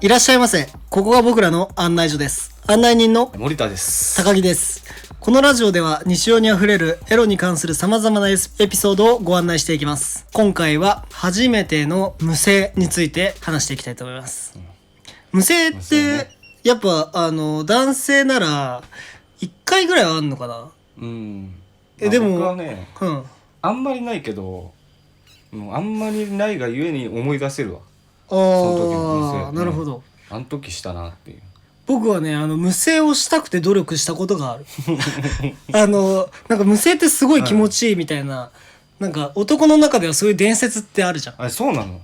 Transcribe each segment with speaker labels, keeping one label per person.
Speaker 1: いらっしゃいませ。ここが僕らの案内所です。案内人の
Speaker 2: 森田です。
Speaker 1: 高木です。このラジオでは日常にあふれるエロに関する様々なエスエピソードをご案内していきます。今回は初めての無声について話していきたいと思います。無声っ
Speaker 2: 無声
Speaker 1: て
Speaker 2: ね、
Speaker 1: やっぱ、あの、男性なら、一回ぐらいはあんのかな
Speaker 2: うん。
Speaker 1: え
Speaker 2: まあ
Speaker 1: でも
Speaker 2: 僕はね、
Speaker 1: うん。
Speaker 2: あんまりないけど、もうあんまりないがゆえに思い出せるわ。時の無
Speaker 1: ああ、
Speaker 2: 声
Speaker 1: なるほど。
Speaker 2: あの時したなっていう。
Speaker 1: 僕はねあの無声をしたくて努力したこと があるあのなんか無声ってすごい気持ちいいみたいな、なんか男の中ではそういう伝説ってあるじゃんあ
Speaker 2: あれそうなの。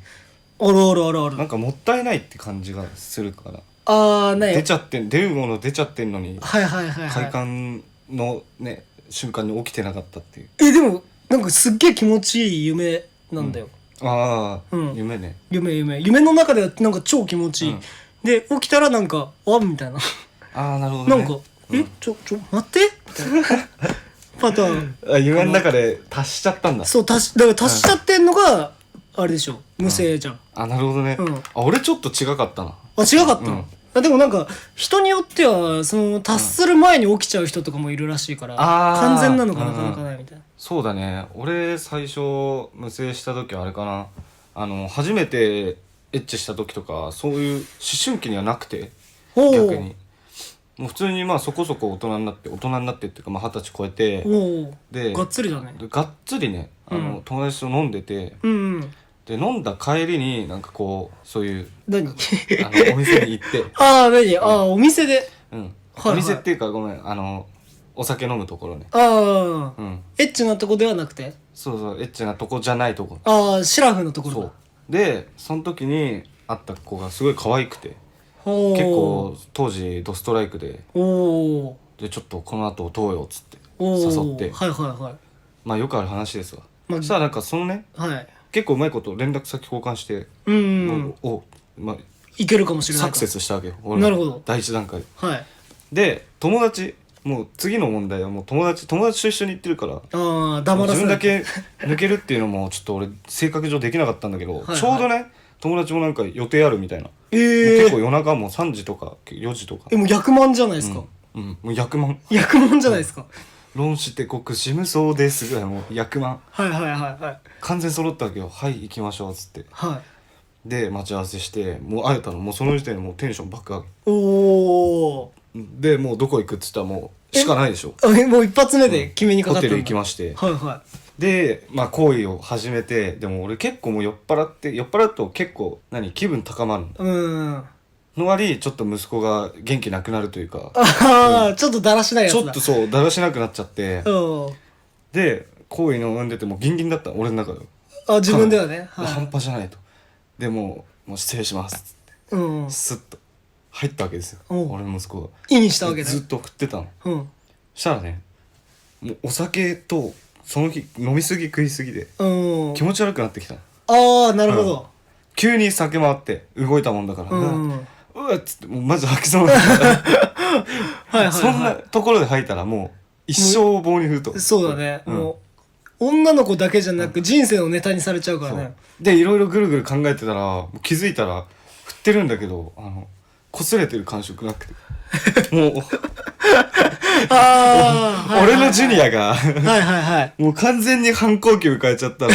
Speaker 1: るあるあるある
Speaker 2: なんかもったいないって感じがするから。
Speaker 1: ああね
Speaker 2: 出ちゃってん出るもの出ちゃってんのに
Speaker 1: はいはいはい
Speaker 2: 快
Speaker 1: はい
Speaker 2: 感のね瞬間に起きてなかったっていう。
Speaker 1: えでもなんかすっげえ気持ちいい夢なんだよ、
Speaker 2: ああ、
Speaker 1: うん
Speaker 2: 夢ね。
Speaker 1: 夢夢夢の中ではなんか超気持ちいい、
Speaker 2: うん
Speaker 1: で起きたらなんか「あみたいな
Speaker 2: ああなるほ
Speaker 1: な
Speaker 2: ど、
Speaker 1: ん
Speaker 2: ね。
Speaker 1: か「えちょちょ待って」みたいなパターン
Speaker 2: あ夢の中で達しちゃったんだ。
Speaker 1: そう足しだから足しちゃってんのが、あれでしょ無声じゃん、
Speaker 2: あなるほどね。
Speaker 1: うん
Speaker 2: あ俺ちょっと違かったな。
Speaker 1: あ違かった
Speaker 2: うん
Speaker 1: の、あでもなんか人によってはその達する前に起きちゃう人とかもいるらしいから、
Speaker 2: あー
Speaker 1: 完全なのが
Speaker 2: うん
Speaker 1: なか
Speaker 2: うん
Speaker 1: なかないみたいな、
Speaker 2: そうだね俺最初無声した時はあれかなあの初めてエッチした時とかそういう思春期にはなくて
Speaker 1: おー
Speaker 2: 逆にもう普通にまあそこそこ大人になって大人になってっていうかまあ二十歳超えて
Speaker 1: お
Speaker 2: で
Speaker 1: おがっつりだね
Speaker 2: がっつりねあの、
Speaker 1: うん
Speaker 2: 友達と飲んでて
Speaker 1: うんうん
Speaker 2: で飲んだ帰りになんかこうそういう
Speaker 1: 何
Speaker 2: あのお店に行って、
Speaker 1: ああ何ああお店で
Speaker 2: うん
Speaker 1: はい
Speaker 2: お店っていうかごめんあのお酒飲むところね
Speaker 1: ああ、
Speaker 2: うん
Speaker 1: エッチなとこではなくて
Speaker 2: そうそうエッチなとこじゃないとこ
Speaker 1: ああシラフのとこ
Speaker 2: そ
Speaker 1: ろ
Speaker 2: うでその時に会った子がすごい可愛くて
Speaker 1: お
Speaker 2: 結構当時ドストライクで
Speaker 1: おお
Speaker 2: でちょっとこの後どうよっつって
Speaker 1: ーおー
Speaker 2: 誘って
Speaker 1: はいは
Speaker 2: まあよくある話ですわ、
Speaker 1: まあ
Speaker 2: そしたらなんかそのね
Speaker 1: いはいはい
Speaker 2: 結構うまいこと連絡先交換して、
Speaker 1: うん、
Speaker 2: もうおまあ
Speaker 1: いけるかもしれないか
Speaker 2: サ
Speaker 1: ら
Speaker 2: クセスしたわけよ
Speaker 1: な
Speaker 2: の
Speaker 1: るほど
Speaker 2: 第一段階
Speaker 1: はい
Speaker 2: で友達もう次の問題はもう友達友達と一緒に行ってるから
Speaker 1: ああ黙らせ
Speaker 2: 自分
Speaker 1: な
Speaker 2: だ
Speaker 1: い
Speaker 2: け抜けるっていうのもちょっと俺性格上できなかったんだけど、
Speaker 1: いはい
Speaker 2: ちょうどね友達もなんか予定あるみたいな
Speaker 1: ええ
Speaker 2: 結構夜中も3時とか4時とか
Speaker 1: えもう役満じゃないですか、
Speaker 2: うん、うんもう100万
Speaker 1: 役満じゃないですか、
Speaker 2: 論して極しむそうですぐらいもう100万
Speaker 1: はいはいはいはい
Speaker 2: 完全揃ったわけよはい行きましょうっつって
Speaker 1: はい
Speaker 2: で待ち合わせしてもう会えたのもうその時点でもうテンション爆上げ
Speaker 1: おお
Speaker 2: でもうどこ行くっつったらもうしかないでしょ
Speaker 1: ーあえもう一発目で決めにかか
Speaker 2: ホ
Speaker 1: った
Speaker 2: テ
Speaker 1: んだ
Speaker 2: ル行きまして
Speaker 1: はいは
Speaker 2: でまあ行為を始めてでも俺結構もう酔っ払って酔っ払うと結構何気分高まる
Speaker 1: いうーんあ
Speaker 2: の割ちょっと息子が元気なくなるというか
Speaker 1: あ、ちょっとだらしないやつ
Speaker 2: ち
Speaker 1: だ
Speaker 2: ょっとそうだらしなくなっちゃって
Speaker 1: と
Speaker 2: で行為の生んでてもうギンギンだった俺の中では
Speaker 1: うんあ自分ではねは
Speaker 2: 半端じゃないとでもうもう失礼しますっつって
Speaker 1: い、うん、
Speaker 2: スッと入ったわけですよ
Speaker 1: おう
Speaker 2: 俺の息子
Speaker 1: 意にした
Speaker 2: が
Speaker 1: わけ
Speaker 2: で
Speaker 1: ね
Speaker 2: ずっと食ってたの
Speaker 1: うん
Speaker 2: したらねもうお酒とその日飲みすぎ食いすぎで
Speaker 1: うん
Speaker 2: 気持ち悪くなってきたの
Speaker 1: ああなるほど
Speaker 2: 急に酒回って動いたもんだから、
Speaker 1: う、
Speaker 2: うんわ
Speaker 1: はいう
Speaker 2: わっつってもうマジ吐きそうになった
Speaker 1: はい、はい、
Speaker 2: そんなところで吐いたらもう一生棒に振ると
Speaker 1: そうだね、
Speaker 2: うん
Speaker 1: もう女の子だけじゃなく人生のネタにされちゃうから
Speaker 2: そう
Speaker 1: ね
Speaker 2: でいろいろぐるぐる考えてたらもう気づいたら振ってるんだけどあの擦れてる感触なくてもう
Speaker 1: ああ、
Speaker 2: 俺のジュニアが
Speaker 1: アはいはいはい
Speaker 2: もう完全に反抗期迎えちゃったら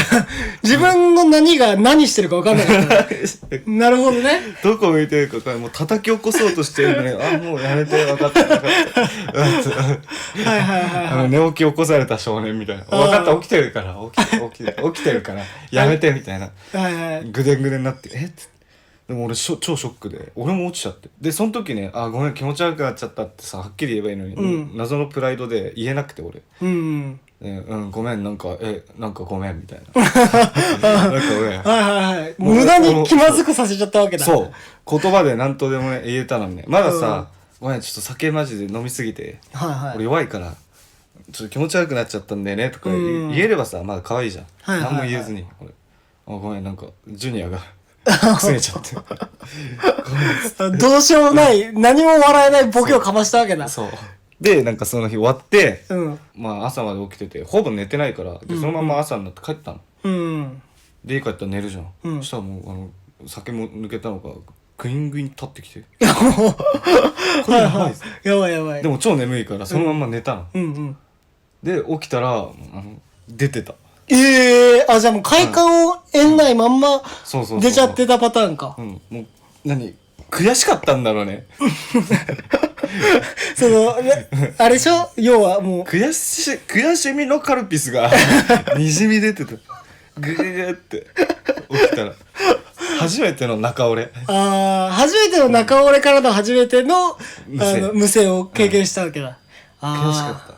Speaker 1: 自分の何が何してるか分かんなかった。 なるほどね。
Speaker 2: どこ向いてるか分かんないもう叩き起こそうとしてるのにあもうやめて分かった分かった
Speaker 1: はいはいはい
Speaker 2: あ
Speaker 1: は
Speaker 2: の
Speaker 1: い。
Speaker 2: 寝起き起こされた少年みたいな分
Speaker 1: ー
Speaker 2: かった起きてるから起きて起きて起きてるからやめてみたいな
Speaker 1: はいはい。
Speaker 2: ぐでんぐでんになってえっつってでも俺しょ超ショックで俺も落ちちゃってでその時ね「あごめん気持ち悪くなっちゃった」ってさはっきり言えばいいのに、
Speaker 1: うん
Speaker 2: 謎のプライドで言えなくて俺。
Speaker 1: うん。
Speaker 2: えうん、ごめん、なんか、え、なんかごめん、みたい な。なんか俺、
Speaker 1: はいはいはい。無駄に気まずくさせちゃったわけだ。
Speaker 2: そう、言葉で何とでもね言えたのにね。まださ、ごめん、ちょっと酒マジで飲みすぎて、
Speaker 1: う。はいはい。
Speaker 2: 俺弱いから、ちょっと気持ち悪くなっちゃったんだよね、とか言
Speaker 1: うん
Speaker 2: 言えればさ、まだ可愛いじゃん。
Speaker 1: はいはいはい
Speaker 2: 何も言えずに、俺。あ、ごめん、なんか、ジュニ アが、くれちゃって。
Speaker 1: どうしようもない、何も笑えないボケをかましたわけだ。
Speaker 2: そう。で、なんかその日終わって、
Speaker 1: うん。
Speaker 2: まあ朝まで起きてて、ほぼ寝てないから、で、そのまま朝になって帰ったの。
Speaker 1: うん。
Speaker 2: で家帰ったら寝るじゃん、
Speaker 1: うん
Speaker 2: そしたらもうあの酒も抜けたのかグイングイン立ってきて
Speaker 1: いやもう
Speaker 2: これやばいです
Speaker 1: やばいやばい
Speaker 2: でも超眠いからそのまんま寝たの、
Speaker 1: うんうん
Speaker 2: で起きたらあの出てた
Speaker 1: ええあじゃあもう快感を得ないまんま
Speaker 2: そうそうそう
Speaker 1: 出ちゃってたパターンか
Speaker 2: うんもう何悔しかったんだろうね
Speaker 1: そのねあれでしょ要はもう
Speaker 2: 悔し悔しみのカルピスがにじみ出てたグーって起きたら初めての中折れ
Speaker 1: ああ初めての中折れからの初めてのあ
Speaker 2: 無声
Speaker 1: の無声を経験したわけだ、ああ
Speaker 2: 悔しかった、うん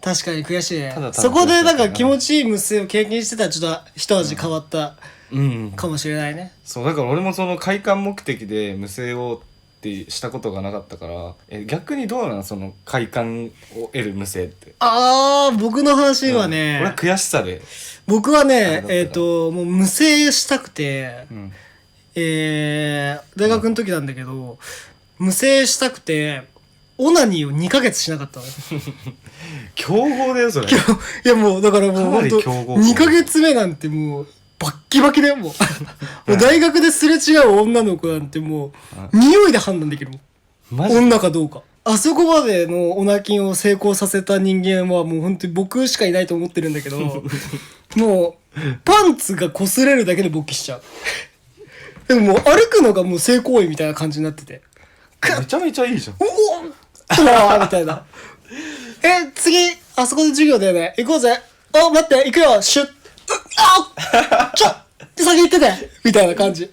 Speaker 1: た確かに悔しいね
Speaker 2: ただただ悔しかった
Speaker 1: そこでなんか気持ちいい無声を経験してたらちょっと一味変わった
Speaker 2: うん、
Speaker 1: かもしれないね、
Speaker 2: そうだから俺もその快感目的で無声をってしたことがなかったからえ逆にどうなんその快感を得る無声って
Speaker 1: ああ僕の話は
Speaker 2: うん俺は
Speaker 1: ね、
Speaker 2: 悔しさで、
Speaker 1: 僕はね
Speaker 2: あれだったら
Speaker 1: えっ、ともう無声したくて、
Speaker 2: うん、
Speaker 1: えー、大学の時なんだけど、無声したくてオナニーを2ヶ月しなかったのよ
Speaker 2: 強豪だよそれ
Speaker 1: いやもうだからもう
Speaker 2: かな
Speaker 1: 本
Speaker 2: り
Speaker 1: 当
Speaker 2: 強豪
Speaker 1: 2ヶ月目なんてもうバッキバキだよも うもう大学ですれ違う女の子なんてもう匂いで判断できるもん
Speaker 2: マジで
Speaker 1: 女かどうかあそこまでのオナキンを成功させた人間はもう本当に僕しかいないと思ってるんだけど もうパンツが擦れるだけで勃起しちゃうでももう歩くのがもう性行為みたいな感じになってて
Speaker 2: めちゃめちゃいいじゃ
Speaker 1: う
Speaker 2: ん
Speaker 1: おうわーみたいなえ次あそこで授業だよね行こうぜあ待って行くよシュッうあちょ先行っててみたいな感じ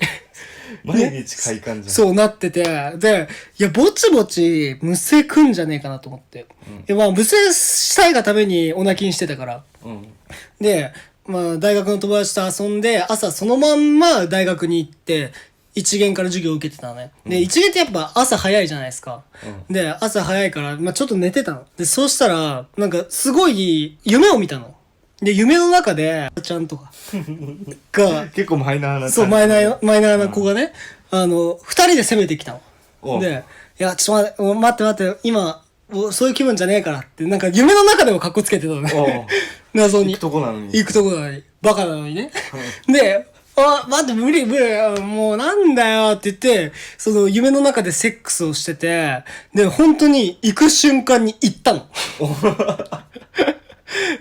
Speaker 2: 毎日快感じゃん、
Speaker 1: そうなってて、で、いや、ぼちぼち、無声くんじゃねえかなと思って。で、まあ、無声したいがためにお泣きにしてたから。
Speaker 2: うん、
Speaker 1: で、まあ、大学の友達と遊んで、朝そのまんま大学に行って、一限から授業を受けてたのね。で、一限ってやっぱ朝早いじゃないですか。で、朝早いから、まあ、ちょっと寝てたの。で、そうしたら、なんか、すごい、夢を見たの。で、夢の中で、ちゃん とか、が、
Speaker 2: 結構マイナーな感じ
Speaker 1: そう、マイナー、マイナーな子がね、あの、二人で攻めてきた
Speaker 2: お
Speaker 1: の。
Speaker 2: う
Speaker 1: で、いや、ちょっと待ってお、待って待って、今、おそういう気分じゃねえからって、なんか夢の中でも格好つけてたのね。 謎に。
Speaker 2: 行くとこなのに
Speaker 1: 行くとこなのに。バカなのにね。で、あ、待って、無理無理、あもうなんだよって言って、その夢の中でセックスをしてて、で、本当に行く瞬間に行ったの。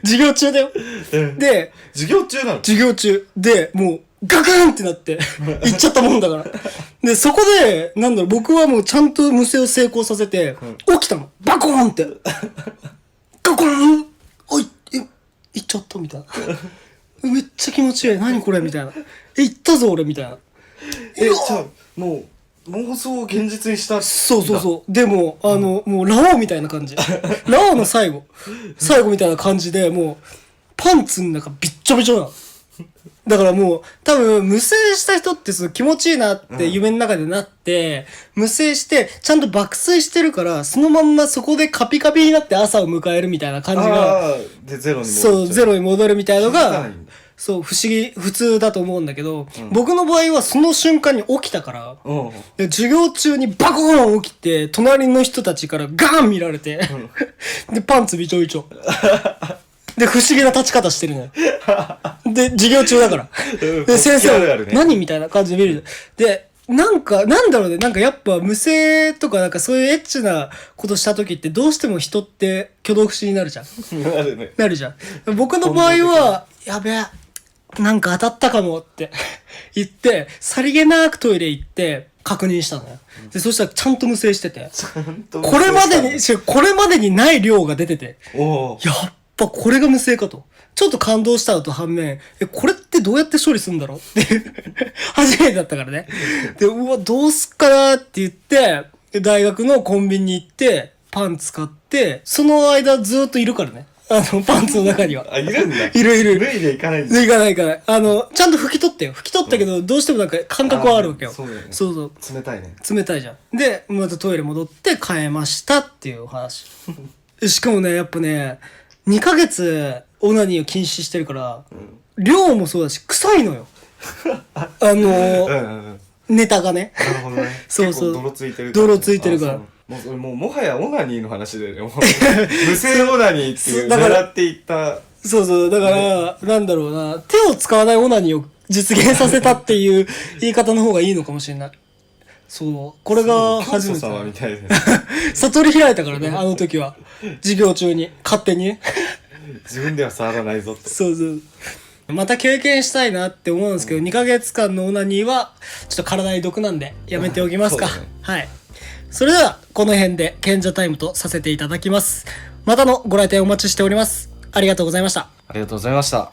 Speaker 1: 授業中だよ。
Speaker 2: うん
Speaker 1: で、
Speaker 2: 授業中なの
Speaker 1: 授業中でもうガクンってなって行っちゃったもんだからでそこでなんだろう僕はもうちゃんと無声を成功させて、起きたのバコーンってガコーンおいえ行っちゃったみたいなめっちゃ気持ちいい何これみたいなえ行ったぞ俺みたいな
Speaker 2: えじゃあもう妄想を現実にした
Speaker 1: そうそうそう。でも、あの、もう、ラオウみたいな 感じ。ラオウの最後。最後みたいな感じで、もう、パンツの中びっちょびちょなの。だからもう、多分、無声した人ってその気持ちいいなって夢の中でなって、無声して、ちゃんと爆睡してるから、そのまんまそこでカピカピになって朝を迎えるみたいな感じが、
Speaker 2: あーでゼロに戻っちゃ
Speaker 1: そう、ゼロに戻るみたいの
Speaker 2: 気づかな
Speaker 1: が
Speaker 2: いんだ、
Speaker 1: そう、不思議、普通だと思うんだけど、僕の場合はその瞬間に起きたから、
Speaker 2: うん
Speaker 1: で授業中にバコーン起きて隣の人たちからガーン見られて、 でパンツびちょびちょで不思議な立ち方してるのよで授業中だ から
Speaker 2: うん
Speaker 1: で先生
Speaker 2: あるある
Speaker 1: は
Speaker 2: ね
Speaker 1: 何みたいな感じで見るでなんかなんだろうねなんかやっぱ無声とかなんかそういうエッチなことした時ってどうしても人って挙動不審になるじゃん
Speaker 2: あるね
Speaker 1: なるじゃん。 僕の場合は、やべえ、なんか当たったかもって 言って、さりげなくトイレ行って、確認したのよ。で、そしたらちゃんと無声してて。これまでに、しこれまでにない量が出てて、
Speaker 2: おお
Speaker 1: やっぱこれが無声かと。ちょっと感動したのと反面、え、これってどうやって処理するんだろうっていう、初めてだったからね。で、うわ、どうすっかなって言って、で大学のコンビニ行って、パンツ買って、その間ずっといるからね。あの、パンツの中には。
Speaker 2: あいるんだ
Speaker 1: いるいる
Speaker 2: 脱いでいかないんだ
Speaker 1: でいかないいかない。あの、ちゃんと拭き取ってよ。拭き取ったけど、どうしてもなんか感覚はあるわけよ。
Speaker 2: あーそうだよね
Speaker 1: そうそう。
Speaker 2: 冷たいね
Speaker 1: 冷たいじゃん。で、またトイレ戻って変えましたっていうお 話。しかもね、やっぱね、2ヶ月オナニーを禁止してるから、量もそうだし、臭いのよ。あ
Speaker 2: うんう
Speaker 1: の、
Speaker 2: んうん
Speaker 1: ネタがね。
Speaker 2: なるほどね
Speaker 1: そうそう
Speaker 2: 結構泥ついてる
Speaker 1: 泥ついてるから
Speaker 2: あそうもうそれもうもはやオナニーの話でね もう無声オナニーっていう
Speaker 1: だから
Speaker 2: 狙っていった
Speaker 1: そうそう、だから、なんだろうな、 手を使わないオナニーを実現させたっていう言い方の方がいいのかもしれない。そうこれが初め
Speaker 2: 教祖様み
Speaker 1: て
Speaker 2: たいですね
Speaker 1: 悟り開いたからねあの時は授業中に勝手に
Speaker 2: 自分では触らないぞって
Speaker 1: そうそうまた経験したいなって思うんですけど、2ヶ月間のオナニーはちょっと体に毒なんでやめておきますか、
Speaker 2: そうだね
Speaker 1: はいそれではこの辺で賢者タイムとさせていただきますまたのご来店お待ちしておりますありがとうございました
Speaker 2: ありがとうございました